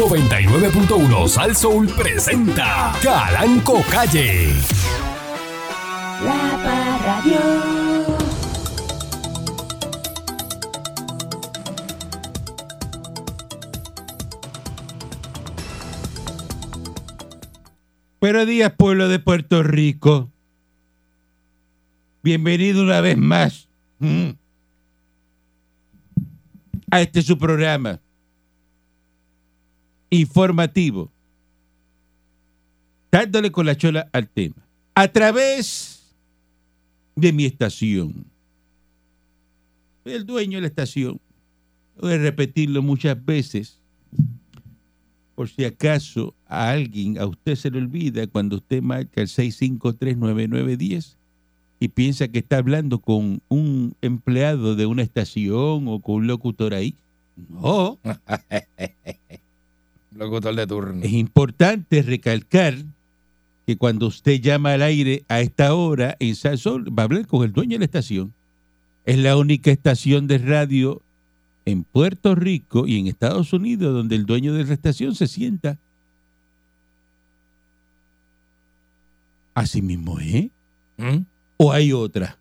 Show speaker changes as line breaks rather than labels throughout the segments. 99.1 Sal Soul presenta Calanco Calle.
La Parradio.
Buenos días, pueblo de Puerto Rico. Bienvenido una vez más mm, a este su programa informativo, dándole con la chola al tema, a través de mi estación. Soy El dueño de la estación, voy a repetirlo muchas veces, por si acaso a alguien, a usted se le olvida cuando usted marca el 6539910 y piensa que está hablando con un empleado de una estación o con un locutor ahí. No,
Locutor de turno.
es importante recalcar que cuando usted llama al aire a esta hora en Salsol, va a hablar con el dueño de la estación. Es la única estación de radio en Puerto Rico y en Estados Unidos donde el dueño de la estación se sienta. Así mismo, ¿eh?
¿Mm?
¿O hay otra?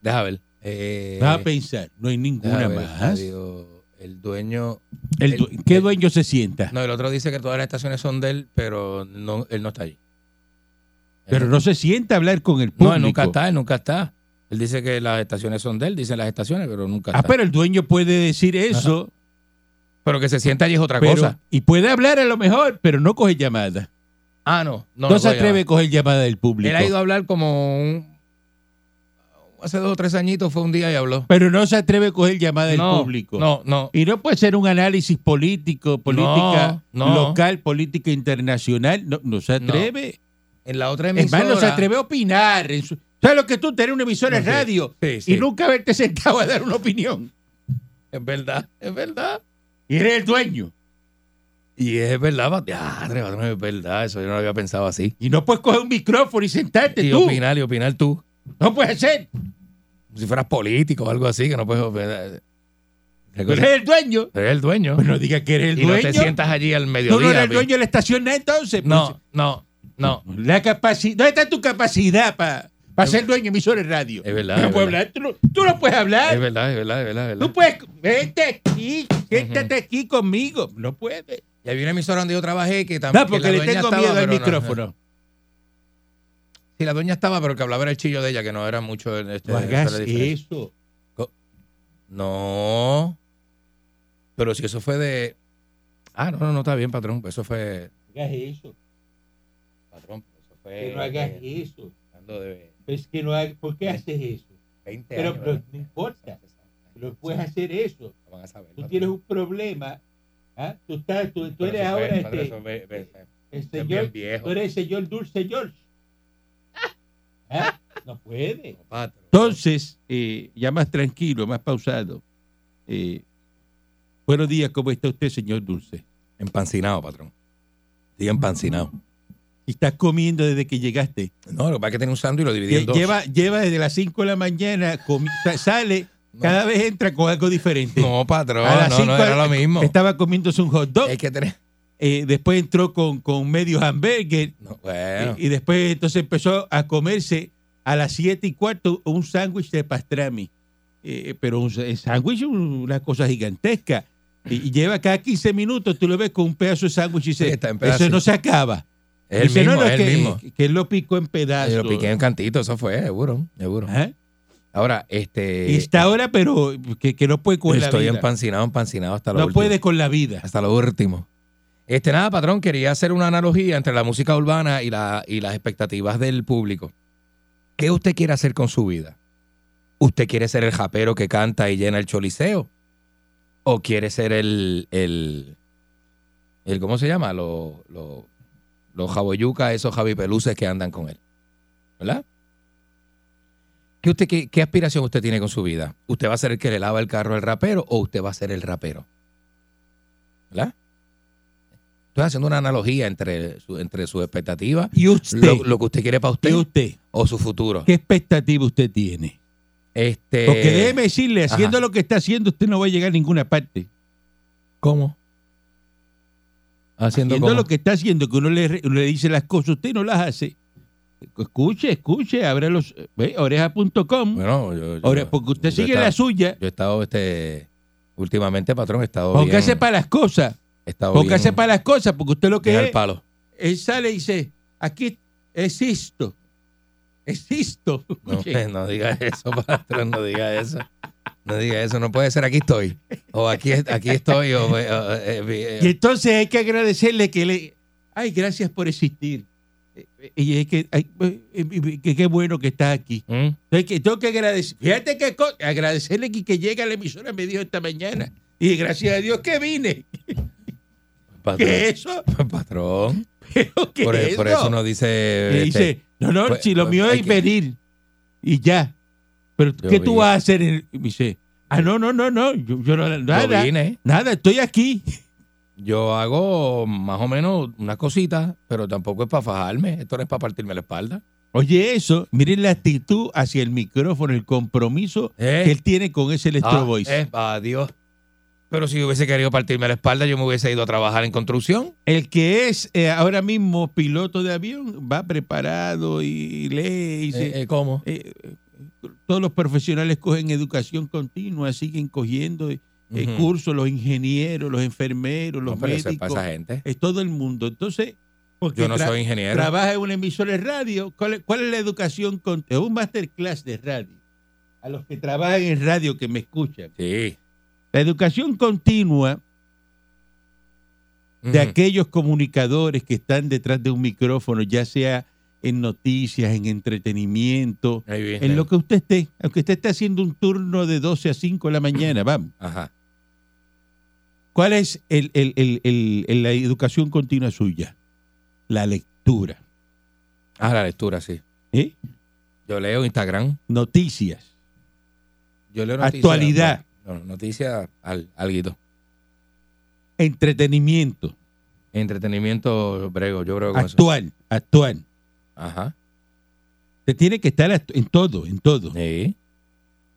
Deja ver. Eh,
Va a pensar, no hay
deja
ninguna
ver,
Ah, pues, más.
radio, el dueño.
El
el-
due- ¿Qué
el-
dueño se sienta?
No, el otro dice que todas las estaciones son de él, pero no, él no está allí. Él
Pero no se sienta a hablar con el público.
No, él nunca está, él nunca está. Él dice que las estaciones son de él, dicen las estaciones, pero nunca
Ah,
está. Pero,
pero el dueño puede decir eso.
que se sienta allí es otra
Pero-
cosa.
Y puede hablar a lo mejor, pero no coge llamada.
Ah, no. No,
No,
no
se
voy a-
atreve a coger llamada del público.
Él ha ido a hablar como un. Hace dos o tres añitos fue un día y habló.
Pero no se atreve a coger llamada del
No,
público.
No, no.
Y no puede ser un análisis político, política
No, no.
local, política internacional. No, no se atreve.
En la otra
es
emisora.
más, no se atreve a opinar. en su- ¿Sabes lo que tú tener una emisora de
Sí,
radio
sí, sí.
y nunca haberte sentado a dar una opinión?
Es verdad, es verdad.
Y eres el dueño.
Y es verdad, Pat- ah, Andrés, patrón, es verdad, eso yo no lo había pensado así.
Y no puedes coger un micrófono y sentarte
Y
tú.
opinar, y opinar tú.
No puedes ser.
Si fueras político o algo así, que no puedes opinar. ¿Qué
Tú
cosa?
eres el dueño.
Eres el dueño.
Pues no digas que eres el
y
dueño.
no te sientas allí al
Tú
mediodía.
no eres el
pi-
dueño de la estación, ¿no? entonces. pues,
no, no, no.
La capacidad, ¿dónde está tu capacidad para ser dueño de emisores radio?
Es verdad,
No
es
puedes
verdad.
hablar, tú no, tú no puedes hablar.
Es verdad, es verdad, es verdad. es verdad.
Tú puedes, vente aquí, siéntate aquí conmigo. No puedes.
Y había una emisora donde yo trabajé que también.
No, porque le tengo miedo al micrófono. No,
Sí, la dueña estaba, pero el que hablaba era el chillo de ella, que no era mucho. en Este, esa era
hagas
la diferencia.
eso.
No. Pero si eso fue de. Ah, no, no, no está bien, patrón. Eso fue.
No hagas eso.
Patrón, pero eso fue.
Que no hagas
eh,
eso.
hablando de
Es que no hagas, ¿por qué haces eso?
20
Pero,
años,
pero
¿verdad?
no importa. No puedes
Sí,
hacer eso.
lo van a saber,
Tú
patrón.
tienes un problema. ¿ah? Tú, estás, tú, tú
Pero
eres
eso fue,
ahora
patrón,
este,
eso fue- fue- fue-
el
fue
señor
bien viejo.
Tú eres el señor Dulce George. ¿Ah? No puede.
No, patrón.
Entonces, eh, ya más tranquilo, más pausado. eh, buenos días, ¿cómo está usted, señor Dulce?
Empancinado, patrón. Sigue empancinado.
¿Y estás comiendo desde que llegaste?
No, lo que pasa es que tenía un sándwich y lo dividí
Lle-
en dos.
Lleva, lleva desde las 5 de la mañana, comi- sa- sale,
No.
cada vez entra con algo diferente.
No, patrón,
A las
no,
cinco
no era lo mismo.
Estaba comiéndose un hot dog,
Es que tenés.
eh, después entró con, con medio hamburger,
No, bueno.
eh, y después entonces empezó a comerse a las 7 y cuarto un sándwich de pastrami. Eh, pero un s- sándwich, una cosa gigantesca. Y, y lleva cada 15 minutos, tú lo ves con un pedazo de sándwich y dice,
Sí, está en pedazos.
eso no se acaba.
Es el
Dice,
mismo,
no, no,
es el
que,
mismo.
que él lo picó en pedazos.
Yo lo piqué en cantito, eso fue, seguro, seguro.
Ajá.
Ahora, este.
Y está ahora, pero que, que no puede con la
estoy
vida.
empancinado, empancinado hasta lo
No
último.
puede con la vida.
Hasta lo último. Este, nada, patrón, quería hacer una analogía entre la música urbana y, la, y las expectativas del público. ¿Qué usted quiere hacer con su vida? ¿Usted quiere ser el japero que canta y llena el choliseo? ¿O quiere ser el. el, el ¿Cómo se llama? Los los los jaboyucas, esos javipeluces que andan con él. ¿Verdad? ¿Qué, usted, qué, ¿Qué aspiración usted tiene con su vida? ¿Usted va a ser el que le lava el carro al rapero o usted va a ser el rapero? ¿Verdad? Estoy haciendo una analogía entre su, entre su expectativa,
¿Y usted?
lo, lo que usted quiere para usted
¿Y usted?
o su futuro.
¿Qué expectativa usted tiene?
Este,
Porque déjeme decirle,
ajá.
haciendo lo que está haciendo, usted no va a llegar a ninguna parte.
¿Cómo? Haciendo,
Haciendo
como-
lo que está haciendo, que uno le, re- le dice las cosas, usted no las hace. Escuche, escuche, abra los ve, oreja.com.
Bueno, yo, yo-
Ahora, porque usted
yo
sigue
estaba-
la suya,
Yo he estado, este, últimamente, patrón, he estado bien.
póngase para las cosas,
he estado
póngase
bien-
para las cosas, porque usted lo que
bien al
es,
palo.
él sale y dice, aquí existo, existo.
No,
Oye,
no diga eso, patrón, no diga eso. No diga eso, no puede ser aquí estoy. O aquí, aquí estoy, o... eh, o, eh, eh,
Y entonces hay que agradecerle que le, ay, gracias por existir. Eh, eh, Y es que, ay, eh, eh, que qué bueno que está aquí.
¿Mm?
Entonces, que tengo que agradecer, fíjate que co- agradecerle que, que llega a la emisora me dijo esta mañana. Y gracias a Dios que vine.
Patrón,
¿Qué es eso?
patrón.
¿Pero qué
Por, e-,
es
por
eso?
eso uno dice...
Le
este,
dice, no, no,
pues,
si lo
pues,
mío
hay
es
que-
venir y ya. Pero
Yo
¿qué tú
vi-
vas a hacer? en- y me dice, ah, no, no, no, no, yo, yo no,
yo
nada,
vine,
nada, estoy aquí.
yo hago más o menos unas cositas, pero tampoco es para fajarme, esto no es para partirme la espalda.
Oye, eso, miren la actitud hacia el micrófono, el compromiso
Eh.
que él tiene con ese Electro
Ah,
Voice.
eh, adiós. Pero si yo hubiese querido partirme la espalda, yo me hubiese ido a trabajar en construcción.
El que es eh, ahora mismo piloto de avión va preparado y lee y dice,
Eh, eh, ¿Cómo?
eh, eh, todos los profesionales cogen educación continua, siguen cogiendo eh, eh,
Ujú.
cursos, los ingenieros, los enfermeros, los
No, pero eso es para
médicos,
esa gente.
es todo el mundo. Entonces, porque
Yo no
tra-
soy ingeniero.
trabaja en una emisora de radio, ¿cuál es, cuál es la educación? con- es un masterclass de radio. A los que trabajan en radio que me escuchan.
Sí.
La educación continua de
Ujú.
aquellos comunicadores que están detrás de un micrófono, ya sea en noticias, en entretenimiento,
Ahí viene.
en lo que usted esté, aunque usted esté haciendo un turno de 12 a 5 de la mañana, vamos.
Ajá.
¿Cuál es el- el- el- el- el- la educación continua suya? La lectura.
Ah, la lectura, sí.
¿eh?
Yo leo Instagram.
Noticias.
Yo leo noticias.
Actualidad.
No, no, noticias al, alguito.
Entretenimiento.
Entretenimiento brego, yo
Ah,
creo con eso.
Actual. Actual.
Ajá.
Usted tiene que estar actu- en todo, en todo.
Sí.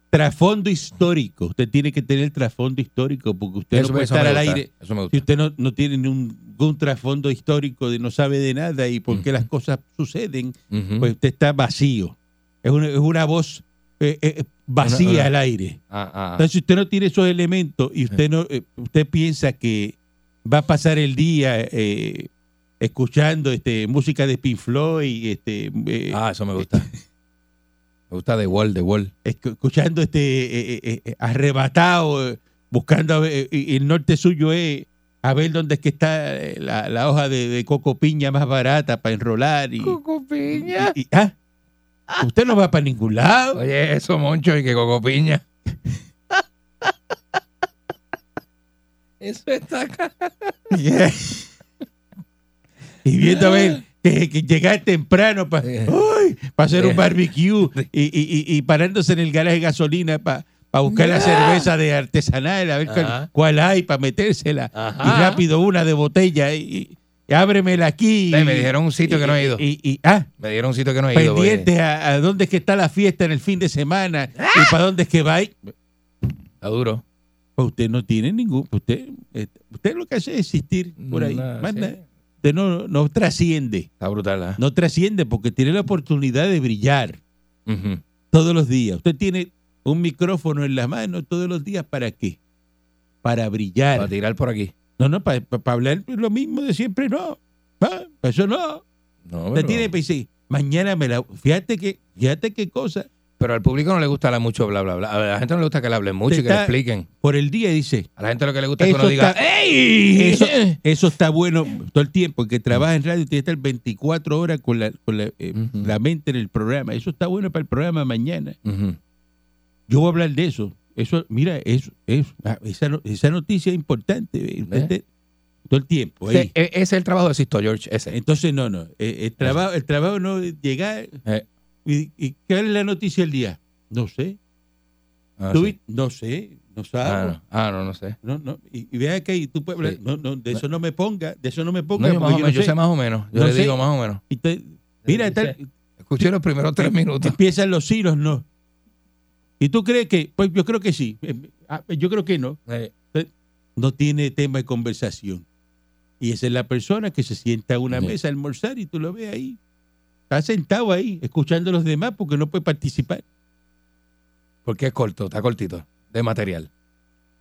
Trasfondo histórico. Usted tiene que tener trasfondo histórico porque usted no puede estar
me
al
gusta,
aire.
Eso me
Si
gusta.
usted no, no tiene ningún, ningún trasfondo histórico, de no sabe de nada y por qué las cosas suceden,
Ujú.
pues usted está vacío. Es una, es una voz eh, eh, vacía
Una- una-
al aire.
Ah, ah, ah.
Entonces, si usted no tiene esos elementos y usted no eh, usted piensa que va a pasar el día eh, escuchando este música de Pink Floyd, este, eh,
Ah, eso me gusta. me gusta The Wall, The Wall.
escu- escuchando este eh, eh, eh, arrebatado, eh, buscando a ver, eh, y el norte suyo es a ver dónde es que está eh, la, la hoja de, de coco piña más barata para enrolar y, y- y- ah, usted no va para ningún lado.
Oye, eso, Moncho, y que Coco Piña. eso está acá.
Yeah. Y viendo a ver que, que llegar temprano para
Yeah.
hacer un
Yeah.
barbecue y, y- y- y parándose en el garaje de gasolina para buscar la cerveza de artesanal, a ver cuál,
Ajá.
cuál hay para metérsela.
Ajá.
Y rápido una de botella y, y ábremela aquí.
Sí, me dijeron un sitio que no he ido.
Y, y- ah,
Me dieron un sitio que no he ido. oye.
pendiente a, a dónde es que está la fiesta en el fin de semana y para dónde es que va. Y-
Está duro.
Pues usted no tiene ningún... Usted, eh, usted lo que hace es existir por ahí.
No,
Más
sí.
nada usted no, no trasciende,
Está brutal, ¿ah?
no trasciende porque tiene la oportunidad de brillar
Ujú.
todos los días. Usted tiene un micrófono en la mano todos los días para qué? Para
Para
brillar.
tirar por aquí.
No, no, para hablar lo mismo de siempre, no. Pa- pa eso no.
No,
Usted
pero,
tiene para decir, mañana me la... Fíjate que, fíjate qué cosa.
pero al público no le gusta hablar mucho, bla, bla, bla. A la gente no le gusta que le hablen mucho
Te
y que le
está-
expliquen.
Por el día dice,
A la gente lo que le gusta es que
Eso
uno diga, "Eh".
está- Eh.
¡Ey!
eso, eso está bueno todo el tiempo. El que trabaja en radio tiene que estar 24 horas con, la, con la, eh,
Ujú.
la mente en el programa. Eso está bueno para el programa mañana.
Ujú.
Yo voy a hablar de eso. Eso, mira, eso, eso, ah, esa, no- esa noticia es importante. eh, usted
¿Eh?
te- todo el tiempo.
Ese-
ahí.
e- ese es el trabajo de Sisto George, ese.
Entonces, no, no. eh, El trabajo, el trabajo no es llegar.
Eh.
Y, y ¿Qué es la noticia del día? No sé.
Ah,
¿Tú
sí.
vi- No sé. No
Ah,
sabes.
no. Ah, no, no sé.
no. no, Y, y vea que tú puedes hablar.
Sí.
No, no, de eso no me ponga. De eso no me ponga.
No, yo, más
porque
o
yo no
menos, yo
sé.
sé más o menos. Yo
No
le
sé.
digo más o menos.
Y te- mira,
Sí,
tal-
Escuché los primeros tres minutos.
empiezan los sí, los no. ¿Y tú crees que? Pues yo creo que sí. Eh, ah, Yo creo que no.
Eh,
No tiene tema de conversación. Y esa es la persona que se sienta a una
Sí.
mesa a almorzar y tú lo ves ahí. Está sentado ahí, escuchando a los demás porque no puede participar.
Porque es corto, está cortito de material.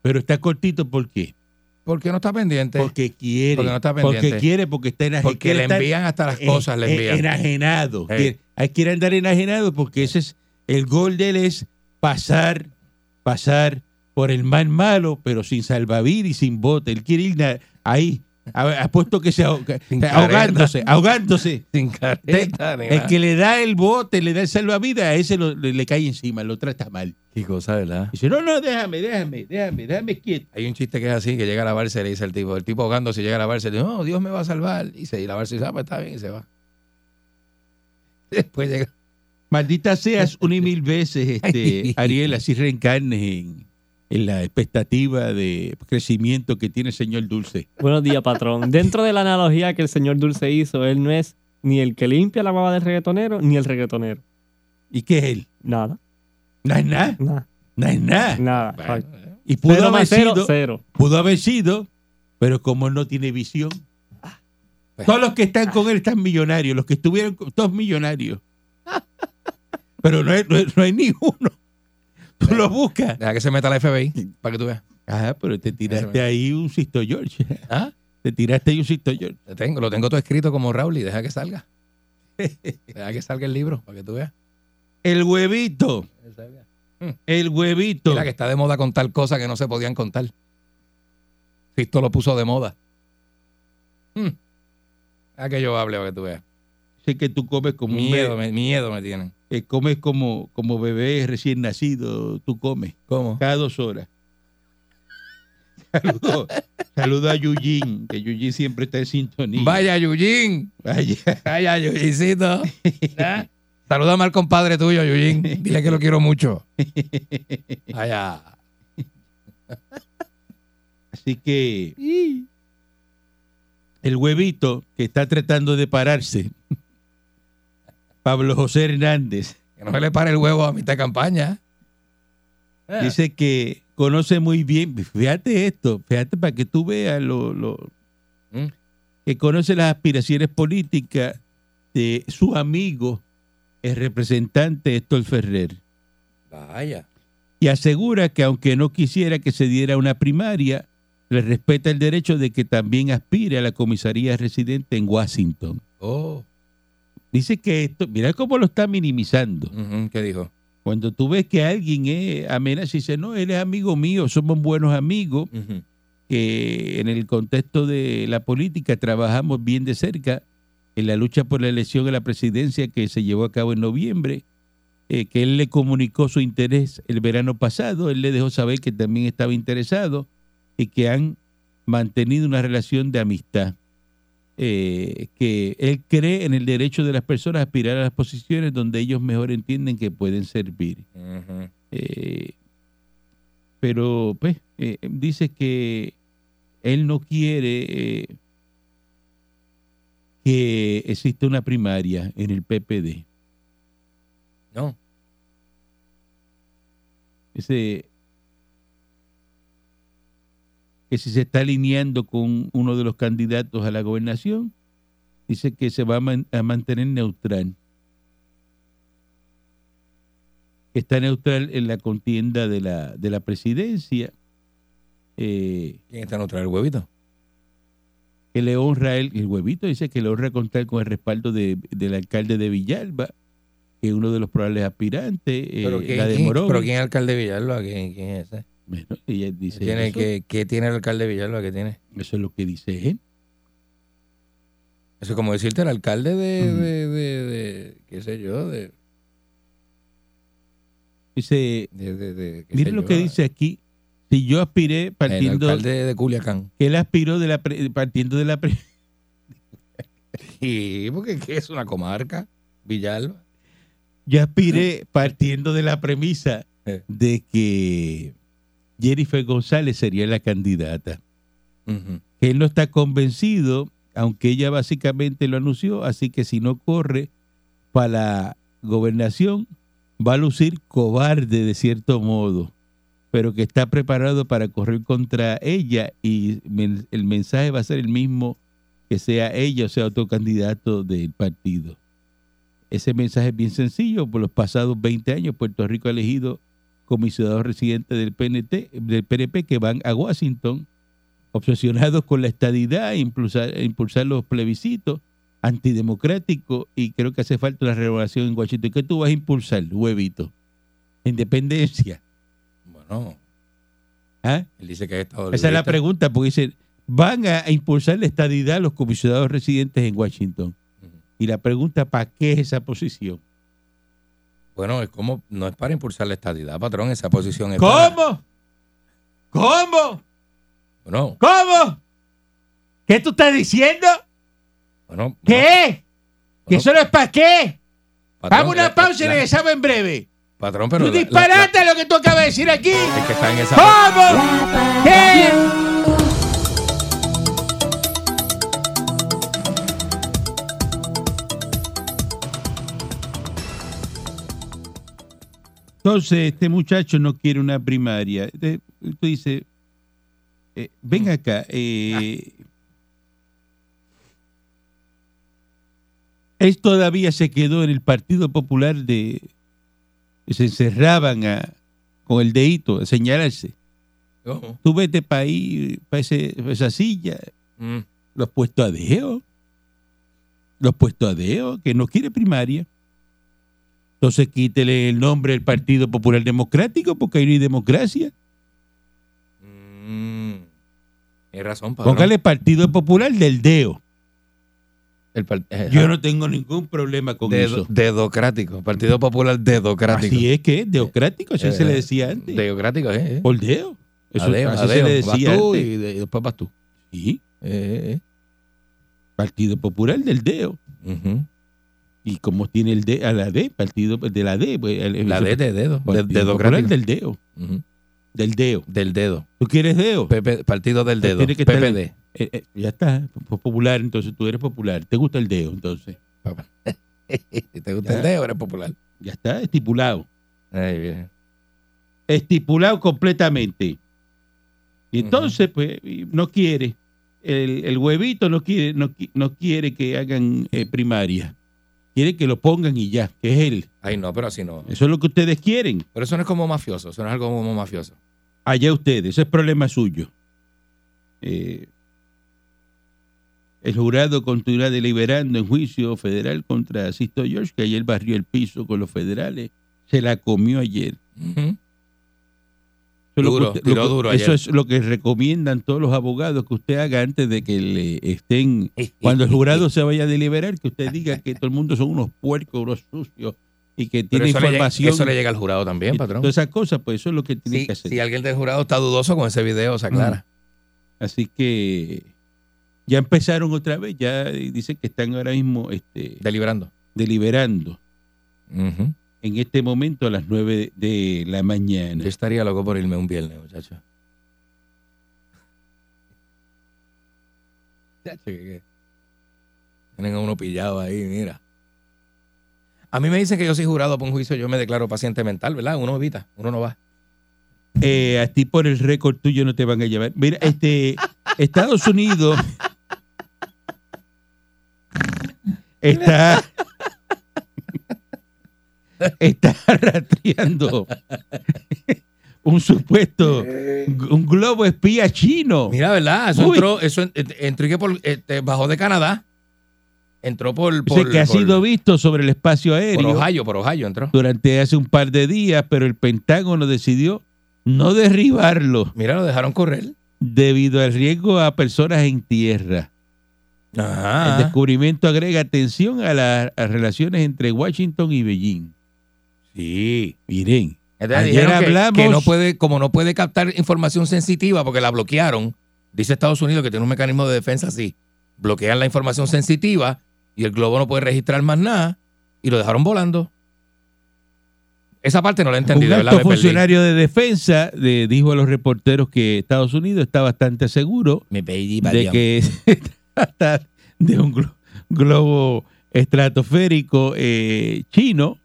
Pero está cortito, ¿por qué?
Porque no está pendiente.
Porque quiere.
Porque no está pendiente.
Porque quiere, porque está enajenado.
Porque le envían hasta las cosas, le envían.
Enajenado.
Sí.
Quiere- Hay que ir a andar enajenado porque ese es el gol de él es pasar, pasar por el mal malo, pero sin salvavidas y sin bote. Él quiere ir na- ahí. Ha- Apuesto que se ahoga-
Sin
ahogándose, ahogándose.
Sin careta, ni
El
nada.
que le da el bote, le da el salvavidas, a ese lo- le, le cae encima, lo trata mal.
Qué cosa, ¿verdad?
Dice, no, no, déjame, déjame, déjame, déjame quieto.
Hay un chiste que es así, que llega a lavarse, le dice el tipo. El tipo ahogándose llega a lavarse, le dice, no, Dios me va a salvar. Y se y lavarse, dice, ah, pues está bien, y se va. Después llega.
Maldita seas una y mil veces, este, Ariel, así reencarnes en, en la expectativa de crecimiento que tiene el señor Dulce.
Buenos días, patrón. Dentro de la analogía que el señor Dulce hizo, él no es ni el que limpia la baba del reggaetonero, ni el reggaetonero.
¿Y qué es él?
Nada,
No es nada,
nada,
no es nada.
nada.
Bueno,
Y pudo
Pudo
haber
cero,
sido,
cero.
pudo haber sido, pero como no tiene visión. Ah, Todos los que están con él están millonarios, los que estuvieron, con- todos millonarios. Pero no hay, no hay- no hay ni uno. Tú lo buscas.
deja que se meta la FBI para que tú veas.
Ah, pero te tiraste ahí un Sisto George.
¿Ah?
Te tiraste ahí un Sisto George.
Lo tengo, lo tengo todo escrito como Raúl y deja que salga. Deja que salga el libro para que tú veas.
El huevito. El huevito.
Mira que está de moda contar cosas que no se podían contar. Cristo lo puso de moda. Hmm. Deja que yo hable para que tú veas.
Sé que tú comes como un
Miedo,
bebé,
me, miedo me tienen.
eh, comes como, como bebé recién nacido, tú comes
¿Cómo?
cada dos horas. Saludo, saludo a Yujin, que Yujin siempre está en sintonía.
Vaya, Yujin.
Vaya.
Vaya, Yujincito. ¿Ah? Salúdame al compadre tuyo, Yujin. Dile que lo quiero mucho. Vaya.
Así que el huevito que está tratando de pararse, Pablo José Hernández,
Que no se le pare el huevo a mitad de campaña. Ah.
Dice que conoce muy bien, fíjate esto, fíjate para que tú veas lo, lo-
Mm.
que conoce las aspiraciones políticas de su amigo, el representante Héctor Ferrer,
Vaya.
y asegura que aunque no quisiera que se diera una primaria, le respeta el derecho de que también aspire a la comisaría residente en Washington.
Oh.
Dice que esto, mira cómo lo está minimizando.
Ujú, ¿Qué dijo?
Cuando tú ves que alguien es amenaza y dice, no, él es amigo mío, somos buenos amigos,
Ujú.
que en el contexto de la política trabajamos bien de cerca en la lucha por la elección a la presidencia que se llevó a cabo en noviembre, eh, que él le comunicó su interés el verano pasado, él le dejó saber que también estaba interesado y que han mantenido una relación de amistad, eh, que él cree en el derecho de las personas a aspirar a las posiciones donde ellos mejor entienden que pueden servir.
Ujú.
Eh, pero pues, eh, dice que él no quiere eh, que exista una primaria en el PPD.
No.
Dice que si se está alineando con uno de los candidatos a la gobernación, dice que se va a, man- a mantener neutral. Que está neutral en la contienda de la, de la presidencia. Eh,
¿Quién está en otra? El huevito.
que le honra el, el huevito, dice que le honra contar con el respaldo de- del alcalde de Villalba, que es uno de los probables aspirantes, eh,
¿Pero, quién,
la de
quién-
Morón.
pero quién es el alcalde de Villalba? ¿Quién, quién es ese?
Bueno, ella dice
¿Tiene,
eso,
qué, qué tiene el alcalde de Villalba? ¿Qué tiene?
eso es lo que dice él.
Eso es como decirte el alcalde de,
Ujú.
de, de- de- qué sé yo, de,
Dice,
de, de- de- qué
mire
sé
lo
yo, ah.
que dice aquí, si yo aspiré
el
partiendo,
alcalde de Culiacán.
que él aspiró de la pre- partiendo de la pre-
Sí, porque ¿qué es una comarca, Villalba.
yo aspiré partiendo de la premisa
Eh.
de que Jennifer González sería la candidata. que él no está convencido, aunque ella básicamente lo anunció, así que si no corre para la gobernación, va a lucir cobarde de cierto modo, pero que está preparado para correr contra ella y men- el mensaje va a ser el mismo que sea ella o sea otro candidato del partido. Ese mensaje es bien sencillo. Por los pasados 20 años, Puerto Rico ha elegido comisionados residentes del, PNT, del PNP que van a Washington obsesionados con la estadidad, e impulsar, impulsar los plebiscitos antidemocráticos y creo que hace falta una renovación en Washington. ¿Qué tú vas a impulsar, huevito? Independencia.
Bueno,
¿Ah?
él dice que es estado
Esa es la pregunta, porque dicen, van a impulsar la estadidad a los comisionados residentes en Washington.
Ujú.
Y la pregunta, ¿para qué es esa posición?
Bueno, es como, no es para impulsar la estadidad, patrón, esa posición es para-
¿Cómo? ¿Cómo?
Bueno,
¿Cómo? ¿Qué tú estás diciendo?
bueno, bueno,
¿Qué? ¿Que
Bueno.
eso no es para qué?
patrón,
Vamos a
la-
una pausa y
eh, la-
regresamos en breve.
Patrón, pero
¡Tú
la- la-
disparate ¡Ah! lo que tú acabas de decir aquí!
la- es que está en esa...
¡Cómo!
La
¿Qué? Entonces, este muchacho no quiere una primaria. Eh, Tú dices, eh, ven acá. eh, Él todavía se quedó en el Partido Popular de... Se encerraban a- con el dedito a señalarse.
¿Cómo?
Tú vete para ahí, para esa silla,
Mm.
los puestos a deo, los puestos a deo, que no quiere primaria. Entonces quítele el nombre del Partido Popular Democrático porque ahí no hay democracia.
Mm. Tienes razón, patrón.
Póngale Partido Popular del deo.
El par- eh,
Yo no tengo ningún problema con
dedo-
eso.
Dedocrático. Partido Popular dedocrático.
Así es que es deocrático, así
Eh,
se le decía antes.
Dedocrático, eh. eh.
Por deo. Eso,
Adeo,
así
adeo.
se le
Vas
decía
tú
antes.
y, de- y después vas tú.
Sí,
Eh, eh,
Partido Popular del deo.
eh. Ujú.
Y como tiene el D a la D, partido de la D. pues, el-
La
el-
D de dedo. De,
Partido Popular
dedocrático.
del deo.
Ujú.
Del deo.
Del dedo.
¿Tú quieres deo?
Pepe- partido del dedo.
Pues Tiene que estar-
PPD.
Eh, eh, ya está, po- popular, entonces tú eres popular. ¿Te gusta el deo? Entonces,
¿Te gusta
Ya.
el dedo? Eres popular.
ya está, estipulado.
Ay, bien.
Estipulado completamente. Y entonces, pues, y no quiere. El, el huevito no quiere, no, qui- no quiere que hagan eh, primaria. Quiere que lo pongan y ya, que es él.
Ay, no, pero así no.
Eso es lo que ustedes quieren.
Pero eso no es como mafioso. Eso no es algo como mafioso.
Allá ustedes, ese es problema suyo. Eh, el jurado continuará deliberando en juicio federal contra Sisto George, que ayer barrió el piso con los federales. Se la comió ayer.
Ujú.
Eso es lo que
Duro,
usted-
tiró
lo que-
duro
Eso
ayer.
es lo que recomiendan todos los abogados que usted haga antes de que le estén. Cuando el jurado se vaya a deliberar, que usted diga que todo el mundo son unos puercos, unos sucios y que tiene
Pero eso le llega-
información.
eso le llega al jurado también,
y
patrón.
Todas esas cosas, pues eso es lo que tiene
Si,
que hacer.
si alguien del jurado está dudoso con ese video, se aclara.
Así que ya empezaron otra vez, ya eh, dicen que están ahora mismo este,
Deliberando.
deliberando
Ujú.
en este momento a las 9 de la mañana.
Yo estaría loco por irme un viernes, muchacho. Muchacho, que- que Tienen a uno pillado ahí, mira. A mí me dicen que yo soy jurado por un juicio, yo me declaro paciente mental, ¿verdad? Uno evita, uno no va.
Eh, a ti por el récord tuyo no te van a llevar. Mira, este Estados Unidos está está rastreando un supuesto un globo espía chino.
Mira, ¿verdad? Eso
Oh. Uy.
entró, eso en- en- entró y que por, este, bajó de Canadá. Entró por,
Dice
por,
que ha
por-
sido visto sobre el espacio
por
aéreo
Ohio, por Ohio entró.
durante hace un par de días, pero el Pentágono decidió no derribarlo
Mira, lo dejaron correr.
debido al riesgo a personas en tierra.
Ajá.
El descubrimiento agrega tensión a las a relaciones entre Washington y Beijing. Sí. Miren,
Entonces
Ayer
dijeron que-
hablamos-
que no puede, como no puede captar información sensitiva porque la bloquearon, dice Estados Unidos que tiene un mecanismo de defensa así, bloquean la información sensitiva y el globo no puede registrar más nada y lo dejaron volando. Esa parte no la he entendido,
un
Este ¿verdad?
alto
Me perdí.
funcionario de defensa de- dijo a los reporteros que Estados Unidos está bastante seguro
Me perdí,
de
perdón.
que se trata de un glo- globo estratosférico eh, chino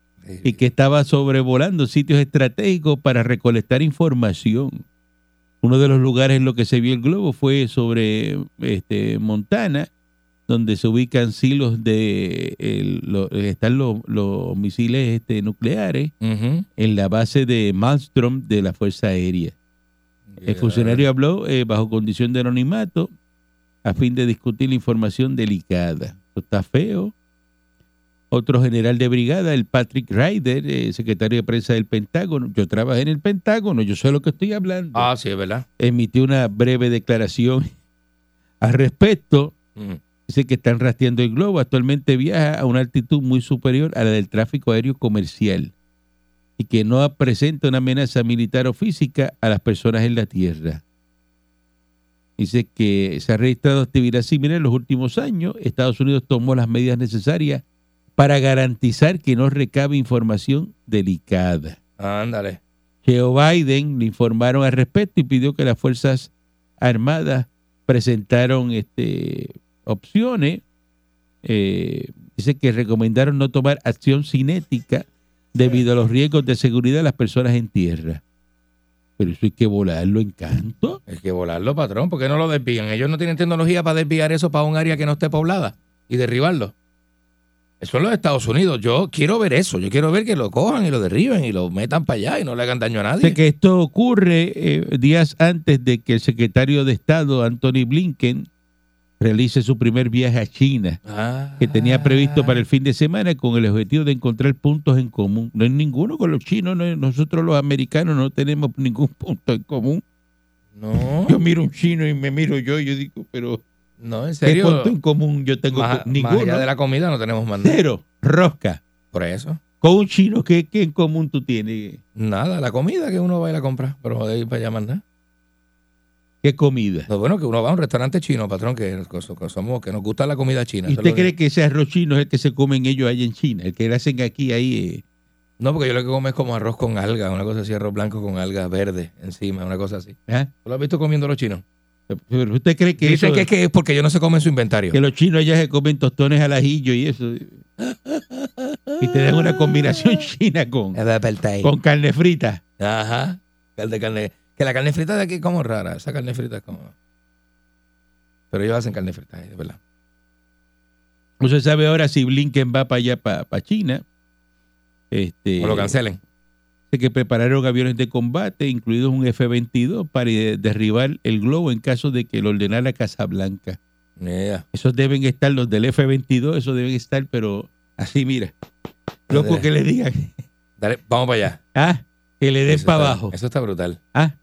y que estaba sobrevolando sitios estratégicos para recolectar información. Uno de los lugares en los que se vio el globo fue sobre este, Montana donde se ubican silos de el- lo- están los, los misiles este, nucleares
Ujú.
en la base de Malmstrom de la Fuerza Aérea. El funcionario habló eh, bajo condición de anonimato a fin de discutir la información delicada. Esto está feo. Otro general de brigada, el Patrick Ryder, eh, secretario de prensa del Pentágono. Yo trabajé en el Pentágono, yo sé lo que estoy hablando.
Ah, sí, es verdad.
Emitió una breve declaración al respecto.
Mm.
Dice que están rastreando el globo. Actualmente viaja a una altitud muy superior a la del tráfico aéreo comercial y que no presenta una amenaza militar o física a las personas en la Tierra. Dice que se ha registrado actividad similar en los últimos años. Estados Unidos tomó las medidas necesarias para garantizar que no recabe información delicada.
Ándale.
Joe Biden le informaron al respecto y pidió que las Fuerzas Armadas presentaron este, opciones. Eh, dice que recomendaron no tomar acción cinética debido a los riesgos de seguridad de las personas en tierra. Pero eso hay que volarlo en canto.
Hay que volarlo, patrón. ¿Por qué no lo desvían? Ellos no tienen tecnología para desviar eso para un área que no esté poblada y derribarlo. Eso es los Estados Unidos. Yo quiero ver eso. Yo quiero ver que lo cojan y lo derriben y lo metan para allá y no le hagan daño a nadie.
Dice que esto ocurre eh, días antes de que el secretario de Estado, Anthony Blinken, realice su primer viaje a China.
Ah.
que tenía previsto para el fin de semana con el objetivo de encontrar puntos en común. No hay ninguno con los chinos, no hay- nosotros los americanos no tenemos ningún punto en común.
No,
Yo miro un chino y me miro yo y yo digo, pero
no, en
¿qué
serio.
punto en común yo tengo?
Más,
con-
más
ninguno.
allá de la comida no tenemos más nada.
Cero, rosca.
Por eso.
Con un chino, ¿qué, qué en común tú tienes?
Nada, la comida que uno va y la compra. Pero de ir para allá más nada.
¿Qué comida?
Lo bueno que uno va a un restaurante chino, patrón, que, que somos, que nos gusta la comida china.
¿Y
eso es
usted
lo que-
cree que ese arroz chino es el que se comen ellos allá en China? El que le hacen aquí, ahí. eh,
No, porque yo lo que como es como arroz con alga, una cosa así, arroz blanco con alga verde encima, una cosa así.
¿ah?
¿Tú lo has visto comiendo los chinos?
Pero ¿Usted cree que,
Dicen
eso-
que es, que es porque ellos no se comen su inventario.
que los chinos allá se comen tostones al ajillo y eso? Y te dan una combinación china con...
Es de parte.
con carne frita.
Ajá. El de carne- Que la carne frita de aquí es como rara. Esa carne frita es como. Pero ellos hacen carne frita, ahí, de verdad.
No se sabe ahora si Blinken va para allá, para, China. Este,
O lo cancelen.
dice que prepararon aviones de combate, incluidos un F-22, para eh, derribar el globo en caso de que lo ordenara Casablanca.
Yeah.
Esos deben estar, los del F-22, esos deben estar, pero así, mira. Loco
Ándale.
que le digan,
Dale, vamos para allá.
ah, que le den
Eso
para
está-
abajo,
Eso está brutal.
ah,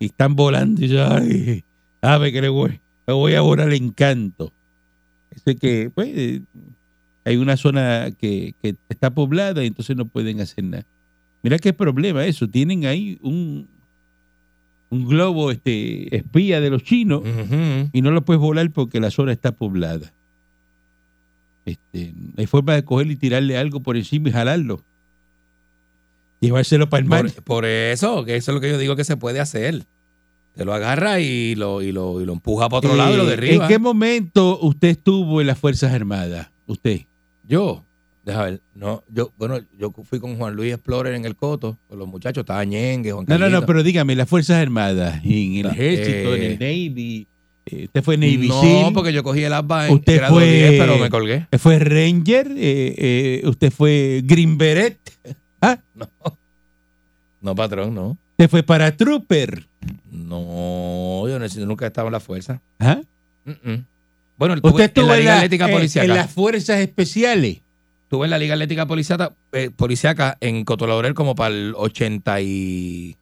y están volando. Y yo, ay, ave que le voy, le voy a volar el encanto. Dice que, pues, eh, hay una zona que, que está poblada y entonces no pueden hacer nada. Mira qué problema eso. Tienen ahí un, un globo este, espía de los chinos
Ujú.
y no lo puedes volar porque la zona está poblada. Este, hay forma de coger y tirarle algo por encima y jalarlo. Llevárselo para el mar.
Por, por eso, que eso es lo que yo digo que se puede hacer. Te lo agarra y lo, y lo, y lo empuja para otro lado y lo
Eh,
derriba.
¿En qué momento usted estuvo en las Fuerzas Armadas? Usted.
Yo, déjame ver, no, yo, bueno, yo fui con Juan Luis Explorer en el Coto, con los muchachos, estaba Ñengue, Juan
No, no, no,
Carlito.
pero dígame, las Fuerzas Armadas, en el
Ah,
ejército, en
eh,
el Navy. eh, usted fue Navy
No,
SEAL,
porque yo cogí el ASBA en
Usted
grado
fue-
10, pero me colgué.
usted fue Ranger, eh, eh, usted fue Green Beret,
No, patrón, no.
usted fue Paratrooper.
No, yo no- nunca he estado en la fuerza.
¿ah?
Mm-mm. Bueno,
Usted
tuve en
estuvo
la
en,
Liga
la-
Atlética
eh,
Policiaca.
en las Fuerzas Especiales.
Estuve en la Liga Atlética Policiaca, eh, Policiaca en Coto Laurel como para el 80 y...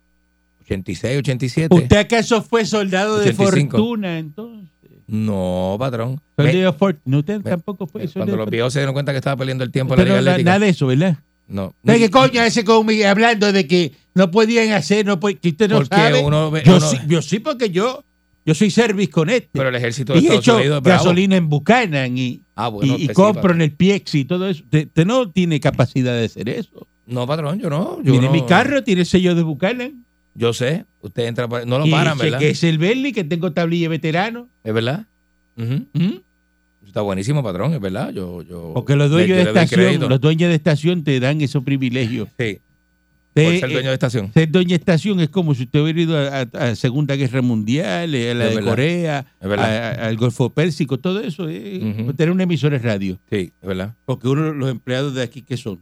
86, 87.
¿Usted acaso fue soldado
85.
de fortuna entonces?
No, patrón. Me-
Soldado de fortuna. Usted
me-
tampoco fue
me-
soldado
cuando
de
los
fortuna.
viejos se dieron cuenta que estaba perdiendo el tiempo en la
Usted
Liga
no, na-
Atlética.
nada de eso, ¿verdad?
No.
¿Sabe qué coño ese conmigo hablando de que no podían hacer, no pod- que usted no
Porque
sabe?
uno ve-
yo,
uno-
sí, yo sí, porque yo, yo soy service connect.
Pero el ejército
y
de
he
Estados
hecho
Unidos es bravo.
gasolina en Buchanan y,
Ah, bueno,
y- y
usted sí,
compro en
patrón.
el Piex y todo eso. Usted, usted no tiene capacidad de hacer eso.
No, patrón, yo no. Yo
Tiene
no-
mi carro, tiene sello de Buchanan.
Yo sé. Usted entra, por- no lo
y
paran, ¿verdad?
chequeé el Bentley, que tengo tablilla de veterano.
¿Es verdad? Ujú.
¿Mm?
Está buenísimo, patrón, es verdad. Yo, yo,
Porque los
le-
dueños
yo
de
le doy
estación,
crédito.
los dueños de estación te dan esos privilegios.
Sí. por
Eh,
ser
eh,
dueño de estación.
Ser dueño de estación es como si usted hubiera ido a, a- a Segunda Guerra Mundial, eh, a la
Es
de
verdad.
Corea,
Es verdad.
a- a- al Golfo Pérsico, todo eso. eh,
Ujú.
Tener una emisora de radio.
Sí, es verdad.
Porque uno de los empleados de aquí, ¿qué son?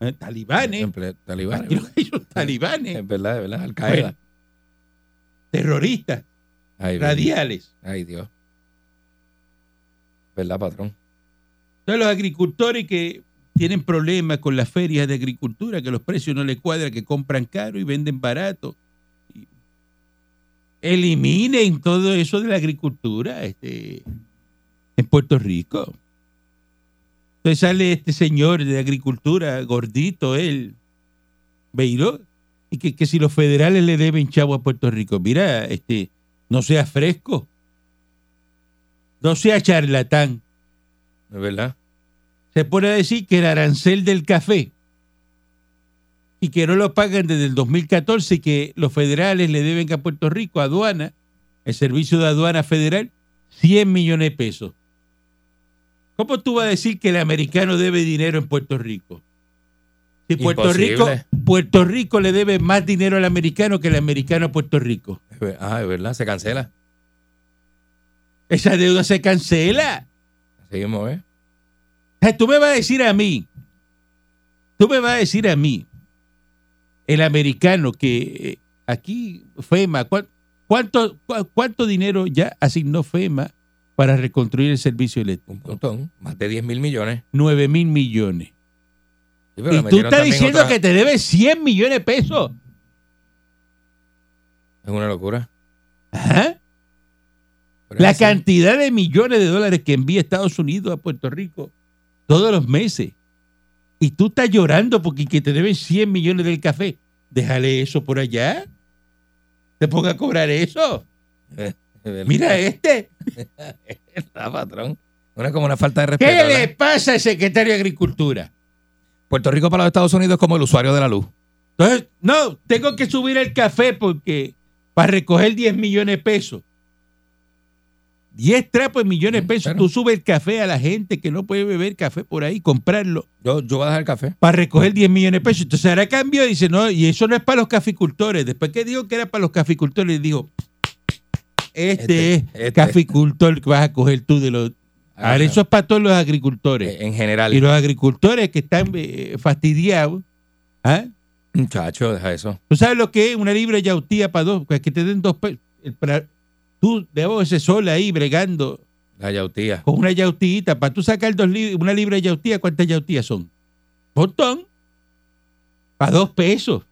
Eh, Talibanes.
Emple- Em, Talibanes.
Aquí
Em,
lo que hay son talibanes,
Es verdad, es verdad. Al Qaeda.
terroristas,
Ay,
radiales.
Ay, Dios. ¿Verdad, patrón?
Son los agricultores que tienen problemas con las ferias de agricultura, que los precios no les cuadran, que compran caro y venden barato. Y- Eliminen todo eso de la agricultura este, en Puerto Rico. Entonces sale este señor de agricultura, gordito él, Beiró, y que, que si los federales le deben chavo a Puerto Rico, mira, este, no sea fresco, no sea charlatán
Es verdad.
se pone a decir que el arancel del café y que no lo pagan desde el 2014 y que los federales le deben a Puerto Rico, a aduana, el servicio de aduana federal, 100 millones de pesos. ¿Cómo tú vas a decir que el americano debe dinero en Puerto Rico? Si Puerto Rico,
Imposible.
Puerto Rico le debe más dinero al americano que el americano a Puerto Rico.
Es ver- Ah, es verdad. Se cancela.
Esa deuda se cancela.
Seguimos, ¿eh?
O sea, Eh, tú me vas a decir a mí, tú me vas a decir a mí, el americano que eh, aquí FEMA, ¿cuál- ¿cuánto, cua- cuánto dinero ya asignó FEMA para reconstruir el servicio
Un
eléctrico?
montón. Más de 10 mil millones.
9 mil millones.
Sí, pero le
Y tú
metieron
estás
también
diciendo
otra-
que te debes 100 millones de pesos.
Es una locura.
Ajá.
Pero es
La
así.
cantidad de millones de dólares que envía Estados Unidos a Puerto Rico todos los meses. Y tú estás llorando porque que te deben 100 millones del café. Déjale eso por allá. Te ponga a cobrar eso.
Es verdad.
Mira este.
Está, patrón. Una como una falta de respeto.
¿Qué
¿verdad?
le pasa al secretario de Agricultura?
Puerto Rico para los Estados Unidos es como el usuario de la luz.
Entonces, no, tengo que subir el café porque para recoger 10 millones de pesos. 10 trapos de millones de
Mm,
pesos.
claro.
Tú subes el café a la gente que no puede beber café por ahí, comprarlo.
Yo, yo voy a dejar el café.
para recoger 10 millones de pesos. Entonces ahora cambio y dice, no, y eso no es para los caficultores. Después que dijo que era para los caficultores, dijo, este,
Este,
es
este. Ah,
caficultor que vas a coger tú de los... Ahora eso es para todos los agricultores.
Eh, En general.
y los agricultores que están eh, fastidiados, ¿ah?
Muchacho, deja eso.
¿Tú sabes lo que es una libra de yautía para dos? Pues que te den dos pesos. El pra- Tú debes ese sol ahí bregando
La yautía.
con una yautita. Para tú sacar dos lib- una libra de yautía, ¿cuántas yautías son? Montón. A dos pesos.